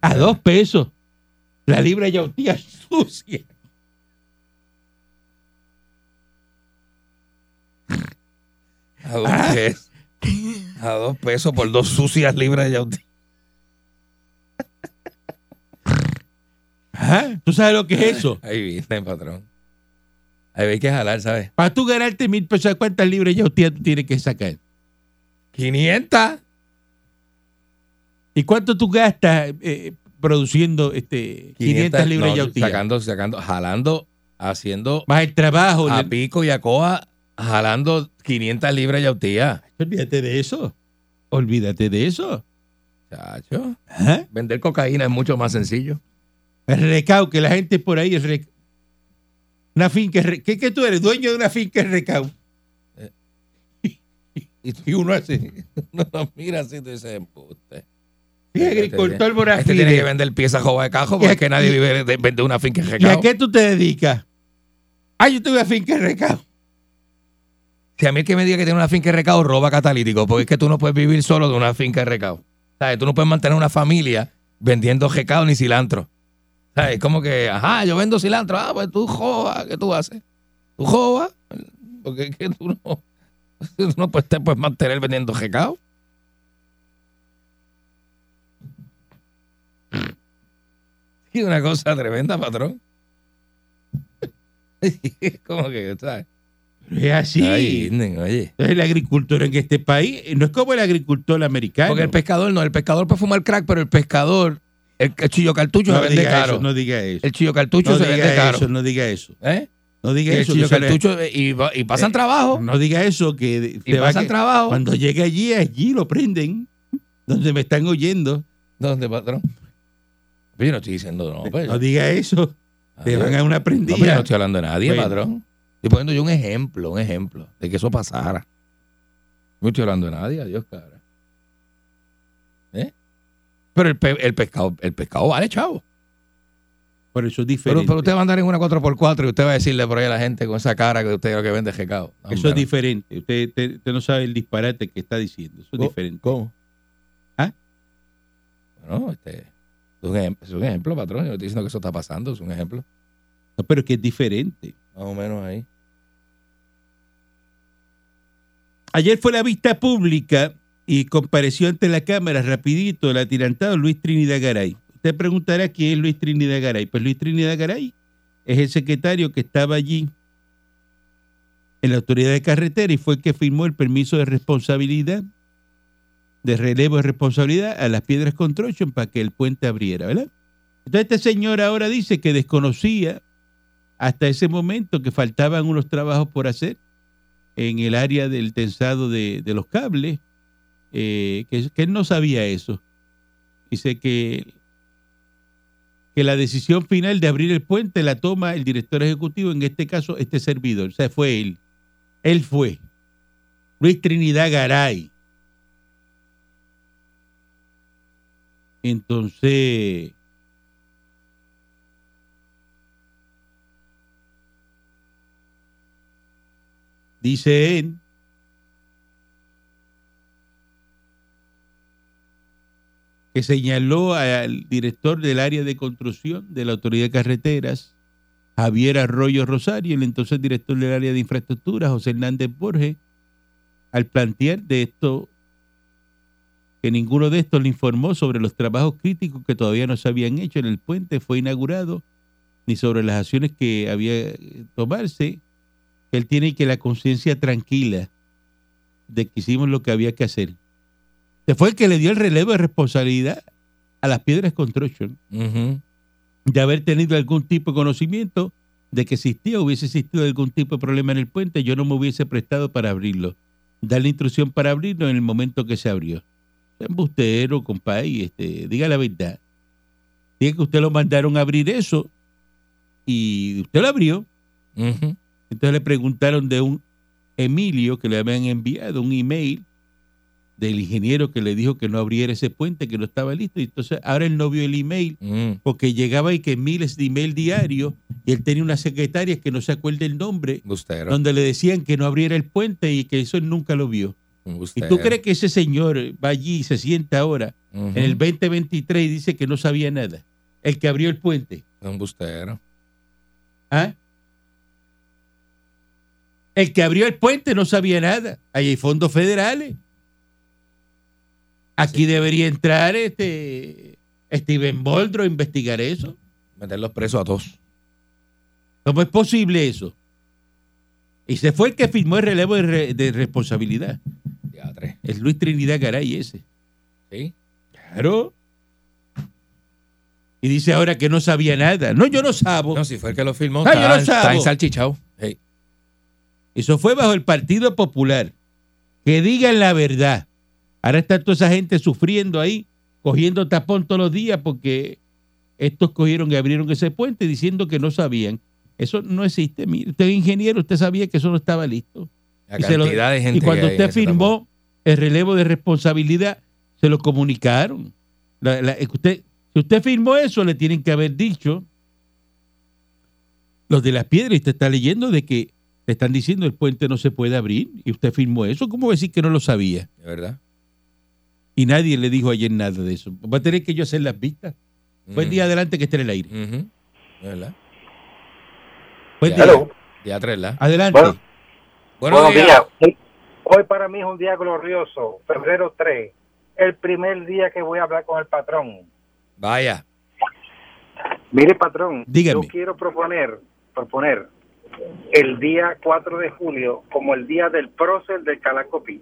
A dos pesos. La libra de yautía sucia.
A dos,
Ah.
pesos. a dos pesos por dos sucias libras de yautía.
Ajá. ¿Tú sabes lo que es eso?
Ahí viste, patrón. Ahí hay que jalar, ¿sabes?
Para tú ganarte mil pesos, ¿cuántas libras de yautía tú tienes que sacar?
500.
¿Y cuánto tú gastas eh, produciendo este, 500, libras
no,
de yautía?
Sacando, sacando, jalando, haciendo
Más el trabajo.
a
la-
pico y a coa, jalando 500 libras de yautía.
Olvídate de eso. Olvídate de eso.
Chacho.
Ajá.
Vender cocaína es mucho más sencillo.
El recao, que la gente por ahí. El rec- Una finca. es re- ¿Qué, ¿Qué tú eres? Dueño de una finca es recao.
Eh, Y uno hace. Uno lo mira así y tú dices, embuste.
Y agricultor
Este tiene que
vorágine.
vender piezas jova de cajo
Y
porque
a-
nadie vive de, vende una finca en
¿Y a
recao.
qué tú te dedicas? Ah, yo tengo una finca de recao.
Si a mí el que me diga que tiene una finca de recao roba catalítico, porque es que tú no puedes vivir solo de una finca de recao. ¿Sabes? Tú no puedes mantener una familia vendiendo recao ni cilantro. ¿Sabes? Es como que, ajá, yo vendo cilantro. Ah, pues tú joba, ¿qué tú haces? Tú joba, porque es que tú no, tú no puedes, te puedes mantener vendiendo recao. Y una cosa tremenda, patrón. Es como que, ¿sabes?
Pero es así.
Ay, Disney, oye.
Entonces, la agricultura en este país eh, no es como el agricultor americano.
Porque el pescador no, el pescador puede fumar crack, pero el pescador, el, el chillo cartucho
no
se vende
diga
caro.
eso, no diga eso.
El chillo cartucho
No
se vende
diga
caro.
eso, no diga eso.
¿Eh?
No
Y
diga
el
eso.
chillo
que eso le-
cartucho eh, y, va- y pasan
Eh,
trabajo.
No diga eso, que
y
te va
pasan
que-
trabajo.
Cuando llegue allí, allí lo prenden, donde me están oyendo.
¿Dónde, patrón? Pero yo no estoy diciendo, no, pues. ah,
No diga eso. Te van a una
No, pero yo no
prendida.
estoy hablando de nadie,
Bueno.
patrón. Estoy poniendo yo un ejemplo, un ejemplo, de que eso pasara. No estoy hablando de nadie, adiós, cara. ¿Eh? Pero el, pe- el pescado, el pescado vale, chavo.
Por eso es
Pero,
diferente.
pero usted va a andar en una 4x4 y usted va a decirle por ahí a la gente con esa cara que usted lo que vende es recado. No,
Eso es
hombre,
diferente. Usted, usted- usted no sabe el disparate que está diciendo. Eso es
Co-
diferente.
¿Cómo?
¿Ah?
Bueno, este, es, un ejem- es un ejemplo, patrón. Yo no estoy diciendo que eso está pasando, es un ejemplo.
No, pero es que es diferente.
Más o menos ahí.
Ayer fue la vista pública y compareció ante la cámara rapidito el atirantado Luis Trinidad Garay. Usted preguntará quién es Luis Trinidad Garay. Pues Luis Trinidad Garay es el secretario que estaba allí en la autoridad de carretera y fue el que firmó el permiso de responsabilidad, de relevo de responsabilidad a las Piedras Construction para que el puente abriera, ¿verdad? Entonces este señor ahora dice que desconocía hasta ese momento que faltaban unos trabajos por hacer en el área del tensado de, de los cables, eh, que, que él no sabía eso. Dice que, que la decisión final de abrir el puente la toma el director ejecutivo, en este caso este servidor, o sea, fue él. Él fue. Luis Trinidad Garay. Entonces... dice él, que señaló al director del área de construcción de la Autoridad de Carreteras, Javier Arroyo Rosario, el entonces director del área de infraestructura, José Hernández Borges, al plantear de esto que ninguno de estos le informó sobre los trabajos críticos que todavía no se habían hecho en el puente, fue inaugurado, ni sobre las acciones que había que tomarse, que él tiene que la conciencia tranquila de que hicimos lo que había que hacer. Se fue el que le dio el relevo de responsabilidad a las Piedras Construction
Ujú.
de haber tenido algún tipo de conocimiento de que existía, hubiese existido algún tipo de problema en el puente, yo no me hubiese prestado para abrirlo. Dar la instrucción para abrirlo en el momento que se abrió. Embustero, compadre, este, diga la verdad. Diga que usted lo mandaron a abrir eso y usted lo abrió.
Ujú.
Entonces le preguntaron de un Emilio que le habían enviado un email del ingeniero que le dijo que no abriera ese puente, que no estaba listo. Y entonces ahora él no vio el email
Mm.
porque llegaba y que miles de email diarios y él tenía una secretaria que no se acuerda el nombre,
Bustero.
donde le decían que no abriera el puente y que eso él nunca lo vio. ¿Y
Bustero.
tú crees que ese señor va allí y se sienta ahora
Ujú.
en el 2023 y dice que no sabía nada? El que abrió el puente.
Un bustero.
¿Ah? El que abrió el puente no sabía nada. Ahí hay fondos federales. Aquí debería entrar este Steven Boldro a investigar eso.
Meterlos presos a todos.
¿Cómo es posible eso? Y se fue el que firmó el relevo de, re- de responsabilidad.
Ya tres.
Es Luis Trinidad Garay ese.
¿Sí?
Claro. Y dice ahora que no sabía nada. No, yo no sabo.
No, si fue el que lo filmó.
Ah,
está,
yo lo
está
sabo.
ensalchichado. Hey.
Eso fue bajo el Partido Popular. Que digan la verdad. Ahora está toda esa gente sufriendo ahí, cogiendo tapón todos los días porque estos cogieron y abrieron ese puente diciendo que no sabían. Eso no existe. Mire, Usted es ingeniero, usted sabía que eso no estaba listo.
La
Y se lo-
cantidad de gente
Y cuando
que hay en
usted
ese tapón.
firmó el relevo de responsabilidad, se lo comunicaron. La- la- es que usted, si usted firmó eso, le tienen que haber dicho los de las piedras. Y usted está leyendo de que le están diciendo el puente no se puede abrir. Y usted firmó eso. ¿Cómo va a decir que no lo sabía?
De verdad.
Y nadie le dijo ayer nada de eso. Va a tener que yo hacer las vistas. Buen
Mm.
día adelante que esté en el aire.
Ujú. De verdad.
Buen
Ya.
día.
Hello.
Ya tres, ¿la?
Adelante.
Bueno.
Buenos, días.
Hoy, hoy para mí es un día glorioso, febrero 3, el primer día que voy a hablar con el patrón.
Vaya.
Mire, patrón,
Dígame.
yo quiero proponer, proponer el día 4 de julio como el día del prócer del Calacopi.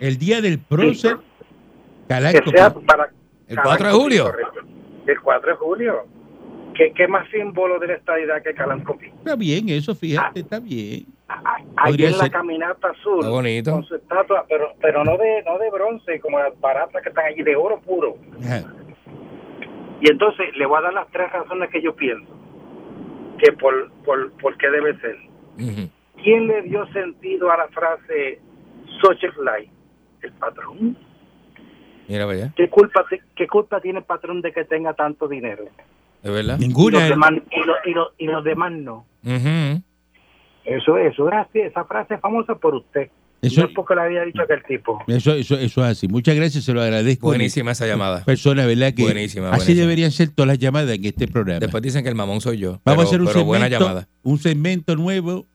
El día del prócer,
Que
Calanco.
sea para
¿El 4 de julio?
Correcto. El 4 de julio. ¿Qué, qué más símbolo de la estadidad que Calacopi?
Está bien, eso fíjate, está bien.
Allí
Podría
en la
ser.
caminata azul,
Está bonito.
con su estatua, pero pero no de no de bronce, como las baratas que están allí, de oro puro.
Ah.
Ajá.
Y entonces le voy a dar las tres razones que yo pienso, que por, por, por qué debe ser.
Ujú.
¿Quién le dio sentido a la frase Social Life? El patrón.
Mira, para allá.
¿Qué culpa, ti- ¿Qué culpa tiene el patrón de que tenga tanto dinero?
¿Es verdad?
Y los
Ninguna.
demás, y lo- y lo- y los demás no.
Ujú.
Eso, eso, gracias. Esa frase es famosa por usted.
Eso-
No es porque la había dicho aquel tipo.
Eso, eso, eso es así. Muchas gracias, se lo agradezco.
Buenísima esa llamada.
Persona, ¿verdad? Que
Buenísima,
así
buenísima.
deberían ser todas las llamadas en este programa.
Después dicen que el mamón soy yo.
Vamos
pero,
a hacer un
pero buena
segmento,
llamada.
un segmento nuevo,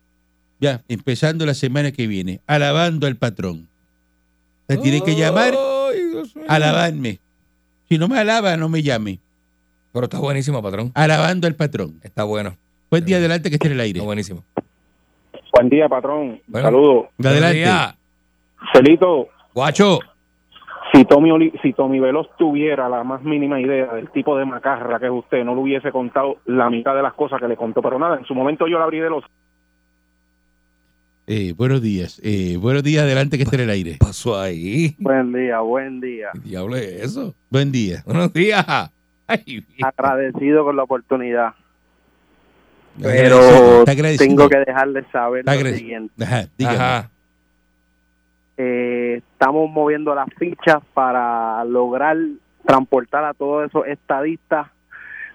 ya, empezando la semana que viene, alabando al patrón. Se tiene que llamar,
Ay, Dios mío.
alabarme. Si no me alaba, no me llame.
Pero está buenísimo, patrón.
Alabando al patrón.
Está bueno.
Buen día, adelante que esté en el aire.
Está buenísimo.
Buen día, patrón.
Bueno.
Saludos.
Adelante.
Buenos días.
Celito,
Guacho.
si Tommy, Oli- si Tommy Veloz tuviera la más mínima idea del tipo de macarra que es usted, no le hubiese contado la mitad de las cosas que le contó. Pero nada, en su momento yo la abrí de los...
Eh, buenos días. Eh, buenos días, adelante que esté en el aire.
Pasó ahí.
Buen día, buen día.
¿Qué diablo es eso?
Buen día.
Buenos días. Ay,
Agradecido con la oportunidad.
Agradecido.
Pero
Está agradecido.
tengo que dejarles saber
Está
lo
agradecido.
siguiente.
Ajá, dígame.
Ajá.
Eh, estamos moviendo las fichas para lograr transportar a todos esos estadistas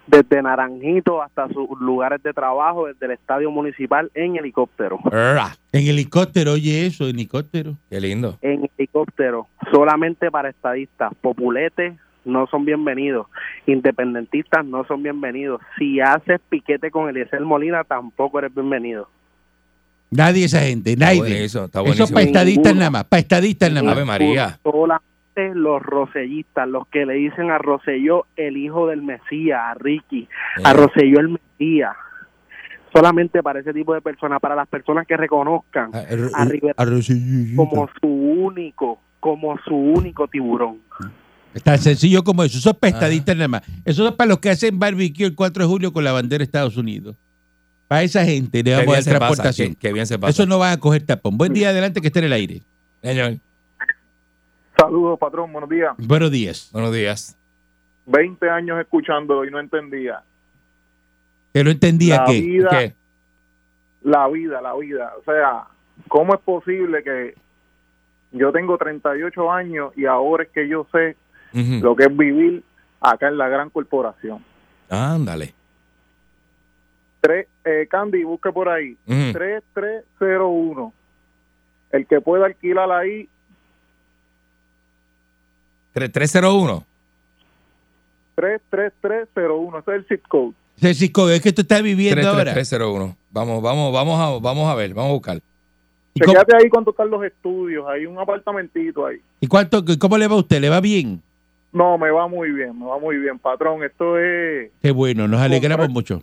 desde Naranjito hasta sus lugares de trabajo, desde el estadio municipal en helicóptero.
Erra.
En helicóptero, oye eso, en helicóptero.
Qué lindo.
En helicóptero, solamente para estadistas. Populetes no son bienvenidos. Independentistas no son bienvenidos. Si haces piquete con Eliezer Molina, tampoco eres bienvenido.
Nadie esa gente,
Está
nadie.
buenísimo. Está
Eso
buenísimo.
para estadistas nada más, para estadistas nada
Ave
más.
María.
Solamente los rosellistas, los que le dicen a Roselló el hijo del Mesías, a Ricky, a
Eh,
Roselló el Mesías. Solamente para ese tipo de personas, para las personas que reconozcan
ah, eh,
A- a-
a Rivera
a- a-
como su único, como su único tiburón.
Tan sencillo como eso. Eso es pestadistas nada más. Eso es para los que hacen barbecue el 4 de julio con la bandera de Estados Unidos. Para esa gente le
qué
vamos a
bien
dar
se pasa.
transportación.
Qué, qué bien se pasa.
Eso no va a coger tapón. Buen día, adelante que esté en el aire.
Señor,
Saludos, patrón. Buenos días.
Buenos días.
buenos días.
20 años escuchándolo y no entendía.
Que no entendía que.
vida,
¿Qué?
la vida, la vida. O sea, ¿cómo es posible que yo tengo 38 años y ahora es que yo sé
Ujú.
lo que es vivir acá en la gran corporación?
Ándale.
Tres, eh, Candy, busca por ahí.
Hmm.
Ujú.
3301. El que pueda alquilar ahí,
Tre- 301.
33301. Ese es el zip code.
Cecico, es que tú estás viviendo ahora.
33301. Vamos, vamos, vamos a, vamos a ver, vamos a buscar.
¿Y, cómo,
Chequéate ahí cuánto están los estudios. Hay un apartamentito ahí.
y cuánto, cómo le va a usted? ¿Le va bien?
No, me va muy bien, me va muy bien, patrón. Esto es.
Qué bueno, nos alegramos
Comprar-
mucho.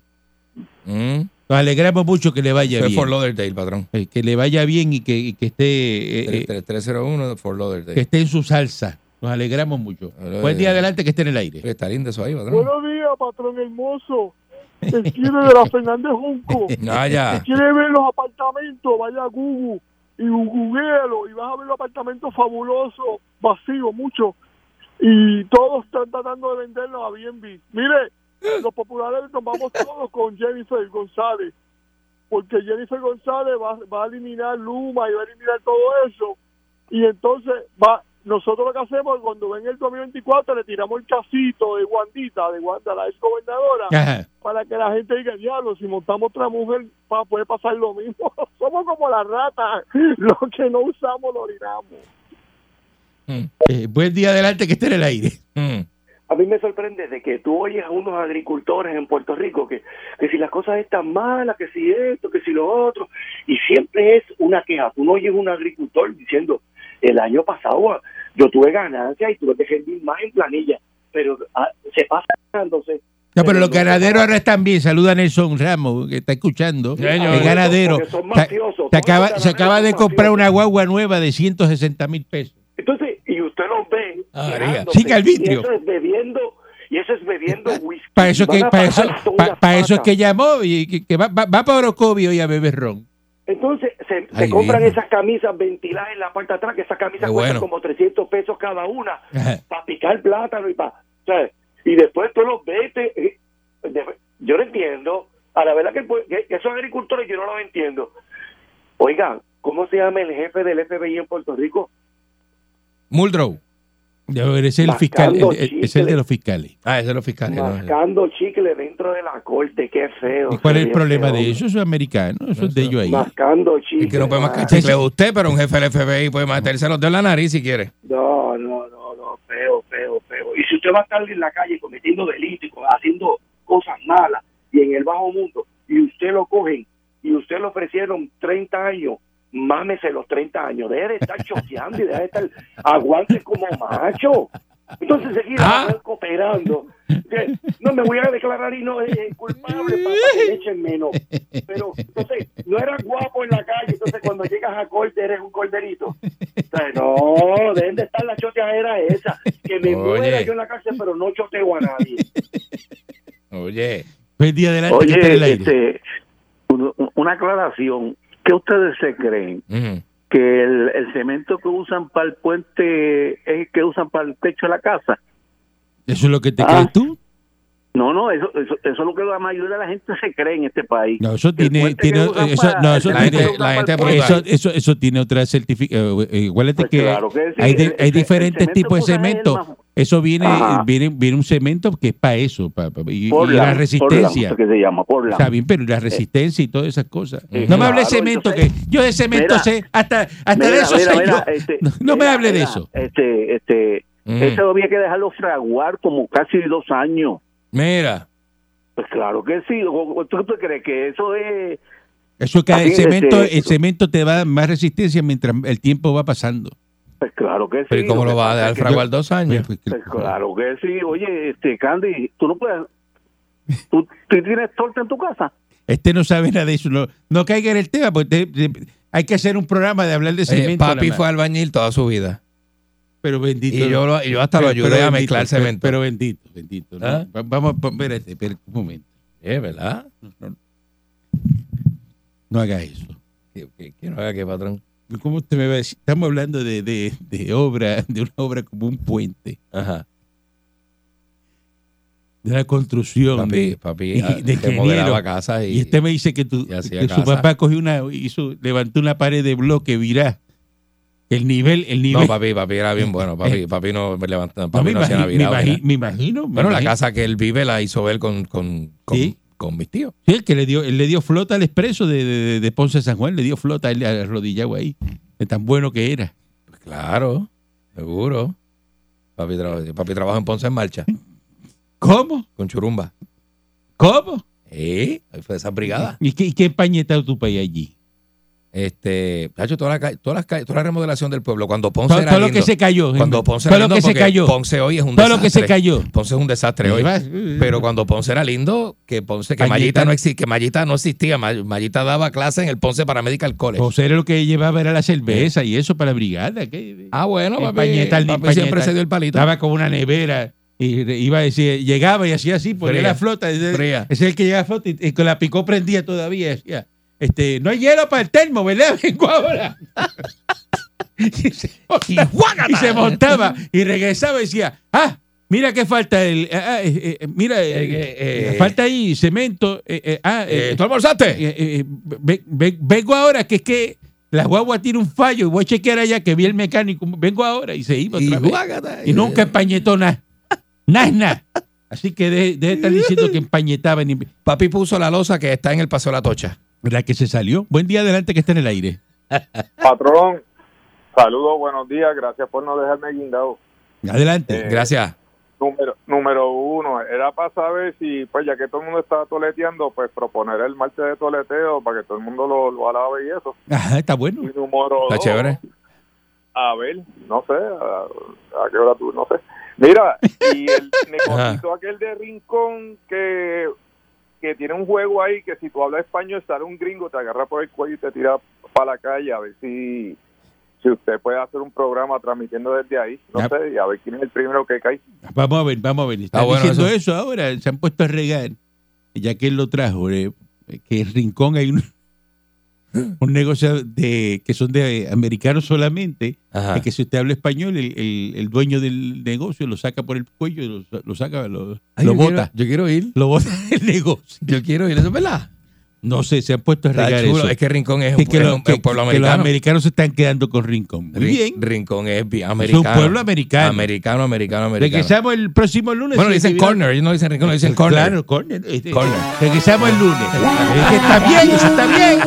Mm.
Nos alegramos mucho que le vaya
Fue Fort
bien.
Lauderdale, patrón.
Eh, Que le vaya bien y que, y que esté eh, eh,
301 de Fort
que
Lauderdale.
esté en su salsa. Nos alegramos mucho.
Hola,
Buen día,
eh.
adelante que esté en el aire.
Está lindo eso ahí,
Ah.
patrón.
Buenos días, patrón hermoso. Esquina de la Fernández Junco.
Naya.
¿Quiere ver los apartamentos? Vaya a Google y googlealo y vas a ver los apartamentos fabulosos, vacíos, muchos. Y todos están tratando de venderlos a Airbnb. Mire, los populares nos vamos todos con Jennifer González. Porque Jennifer González va, va a eliminar Luma y va a eliminar todo eso. Y entonces va nosotros lo que hacemos cuando ven el 2024 le tiramos el casito de Guandita, de Wanda, la ex gobernadora
Ajá.
para que la gente diga, diablo, si montamos otra mujer, pa, puede pasar lo mismo. Somos como las ratas, lo que no usamos lo orinamos.
Eh, buen día, adelante que esté en el aire.
Mm.
A mí me sorprende de que tú oyes a unos agricultores en Puerto Rico que, que si las cosas están malas, que si esto, que si lo otro, y siempre es una queja. Tú no oyes un agricultor diciendo, el año pasado ah, yo tuve ganancias y tuve que servir más en planilla, pero ah, se pasa ganándose.
No, pero los ganaderos ahora están bien. Saluda a Nelson Ramos, que está escuchando.
Señor.
El ganadero.
Porque son
Se-
mafiosos.
se
Todos los
acaba, se
ganaderos
acaba
son
de comprar
mafiosos.
una guagua nueva de 160 mil pesos.
Entonces, y usted los ve.
Ah, María.
quejándose,
Sin arbitrio.
Y eso es bebiendo, y eso es bebiendo whisky.
Para eso,
Van
que,
a
para eso,
pagar todas
pa- para eso es
patas.
que llamó y que, que va, va, va para Orocovio y a beber ron.
Entonces se, se
Ay,
compran
Virgen.
esas camisas ventiladas en la parte de atrás, que esas camisas
Qué
cuestan
bueno.
como 300 pesos cada una, para picar plátano y para... Y después tú los ves... te- eh, de- yo no entiendo. A la verdad que, el pue- que- que esos agricultores yo no los entiendo. Oigan, ¿cómo se llama el jefe del FBI en Puerto Rico?
Muldrow.
Debe haber, ese es el fiscal,
Mascando
el- el- es el de
chicle.
los fiscales.
Ah, ese es los fiscales. ¿no?
Mascando chicle dentro de la corte, qué feo.
¿Y cuál es el
qué
problema de
feo.
eso? Eso es americano, eso es de ellos ahí.
Mascando chicle.
Es que no puede mascar
ah,
chicle a usted, pero un jefe del FBI puede meterse los dedos en la nariz si quiere.
No, no, no, no, feo, feo, feo. Y si usted va a estar en la calle cometiendo delitos, y co- haciendo cosas malas y en el bajo mundo, y usted lo cogen y usted le ofrecieron 30 años, mámese los 30 años, deje de estar choqueando y deje de estar, aguante como macho. Entonces seguir
Ah.
cooperando. Que, No me voy a declarar y no eh, culpable para que me echen menos. Pero entonces, no eras guapo en la calle, entonces cuando llegas a corte eres un corderito. O sea, no, deben de estar la choteadera esa. Que
Oye.
me muera yo en la cárcel, pero no choteo a nadie.
Oye.
Fue Pues el día del arte que está en el
Oye,
aire.
este, un- una aclaración. ¿Qué ustedes se creen?
Mm.
¿Que el, el cemento que usan para el puente es el que usan para el techo de la casa?
¿Eso es lo que te
Ah.
crees tú?
No, no, eso, eso, eso es lo que la mayoría de la gente se cree en este país.
No, eso
El
tiene,
puente
tiene
que usan
eso,
para-
no,
el
eso
La
tiene,
cemento que
gente-
usan
la
para el
gente
puente.
brutal.
eso, eso, eso tiene otra certificación. Igualmente
Pues
que
claro que sí,
hay, de-
el-
hay
el-
diferentes
el
tipos de
cemento que usan es el
cemento. Eso viene, eh,
Ajá.
viene, viene un cemento que es para eso, pa- pa- y, y
Portland,
la
Portland,
resistencia.
eso que se llama, Portland.
Está bien, pero la resistencia y todas esas cosas.
Eh. Sí,
no me
claro,
hable de cemento,
entonces-
que yo de cemento
Mira,
sé, hasta, hasta
Mira,
de eso
mira,
sé
mira,
yo.
este,
no no me
mira,
hable de
mira,
eso.
Este, este,
Mm.
eso había que dejarlo fraguar como casi dos años.
Mira.
Pues claro que sí. O- o ¿Tú, tú crees que eso es...?
Eso que el
Así,
cemento,
este-
el cemento te va a dar más resistencia mientras el tiempo va pasando.
Pues claro que sí.
Pero ¿y cómo lo
que
va a
pasa
dejar
es que-
fraguar dos años?
Pues,
Pues claro que sí. Oye, este, Candy, tú no puedes... ¿Tú, tú tienes torta en tu casa?
Este no sabe nada de eso. No, no caiga en el tema, porque te- te- hay que hacer un programa de hablar de
Oye,
cemento.
papi
nada
fue
más.
albañil toda su vida.
Pero bendito.
Y yo, lo- y yo hasta
pero-
lo
pero
ayudé a
bendito,
mezclar
pero-
cemento.
Pero bendito, bendito. ¿no?
¿Ah?
Va- Vamos, va- espérate, espérate un momento.
Eh, ¿verdad?
No haga eso.
Que, que- que no haga que patrón.
¿Cómo usted me va a decir? Estamos hablando de, de- de obra, de una obra como un puente,
Ajá.
de la construcción.
Papi,
de-
papi
y-
ah,
de
que
ingeniero.
modelaba casas y,
y este usted me dice que, tu-
y hacía
que su
casa.
papá cogió una, hizo, levantó una pared de bloque, virá. El nivel, el nivel.
No, papi, papi era bien bueno. Papi, papi no me levantaba,
No,
papi
me,
no hacía
imagi- me
Navidad.
imagi-
¿verdad?
me imagino. me
Bueno, la
imagino.
casa que él vive la hizo él con, con, con,
Sí.
con mis tíos.
Sí, el que le dio, él le dio flota al expreso de, de- de Ponce a San Juan, le dio flota él arrodillado ahí, de tan bueno que era.
Pues claro, seguro. Papi, traba- papi trabaja en Ponce en Marcha,
¿Cómo?
con Churumba.
¿Cómo?
¿Eh? Ahí fue esa brigada.
¿Y qué, y qué empañetado tu país allí?
Este, Nacho, toda la, ca- todas las calles- toda la remodelación del pueblo. Cuando Ponce
Todo,
era
todo lo
lindo,
que se cayó.
Cuando
Germán.
Ponce
todo
era
lo que
lindo,
se
porque
cayó.
Ponce hoy es
todo
un desastre.
lo que se cayó.
Ponce es un desastre hoy. Pero cuando Ponce era lindo, que Ponce, que
Mallita
Mallita
no-
no existía, que Mallita no existía, Mall- Mallita daba clase en el Ponce para Medical College.
José era lo que llevaba era la cerveza y eso para la brigada. que-
Ah, bueno, papi,
Pañeta, el
papi
Pañeta.
siempre se dio el palito.
Estaba con una nevera y re- iba a decir, llegaba y hacía así, ponía
Fría.
la flota. Ese,
Fría.
ese es el que llega a flota y, y con la picó prendía todavía. decía, este, no hay hielo para el termo, ¿verdad? Vengo ahora. y, se monta-
guácata.
y se montaba y regresaba y decía, ah, mira que falta el, ah, ah, eh, eh, mira, eh,
eh, eh,
falta ahí cemento, eh, eh, ah,
Eh,
eh,
¿Tú almorzaste?
eh, eh, ve- ve- vengo ahora, que es que la guagua tiene un fallo y voy a chequear allá que vi el mecánico. Vengo ahora y se iba
Y
otra vez.
guácata.
Y nunca empañetó nada. Nada, nada. Así que deje de estar diciendo que empañetaba. Ni...
Papi puso la losa que está en el Paseo de la Tocha.
¿Verdad que se salió? Buen día adelante que está en el aire.
Patrón, saludos, buenos días, gracias por no dejarme guindado.
Adelante.
Eh, Gracias.
Número, número uno, era para saber si, pues ya que todo el mundo está toleteando, pues proponer el martes de toleteo para que todo el mundo lo, lo alabe y eso.
Ajá, Ah, está bueno.
Y número
Está
dos,
chévere.
a ver, no sé, a, a qué hora tú, no sé. Mira, y el negocito aquel de Rincón que, que tiene un juego ahí que si tú hablas español sale un gringo, te agarra por el cuello y te tira para la calle a ver si, si usted puede hacer un programa transmitiendo desde ahí, no
Ya.
sé, y a ver quién es el primero que cae.
Vamos a ver, vamos a ver. Están
Está bueno
diciendo eso.
eso.
ahora. Se han puesto a regar. Ya que él lo trajo, eh, que en Rincón hay un, un negocio de que son de americanos solamente,
Ah.
de que si usted habla español, el, el- el dueño del negocio lo saca por el cuello, lo, lo saca, lo,
Ay,
lo
yo
bota.
quiero- yo quiero ir.
Lo bota el negocio.
Yo quiero ir, eso es verdad.
No sé, se han puesto a
Está
regar
chulo,
eso.
es que Rincón es un-
que
es
lo-
un- es un
que-
pueblo
que los
americano.
americanos se están quedando con Rincón. Muy
Rin-
bien.
Rincón es bien americano.
pueblo americano.
Americano, americano, americano.
Regresamos el próximo lunes.
Bueno, le
Sí,
dicen
divino.
corner, ellos no dicen rincón, le dicen corner.
Claro, corner. este,
Corner.
Regresamos el lunes. Es que está bien, eso está bien.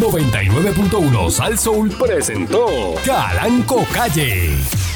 99.1 Sal Soul presentó Calanco Calle.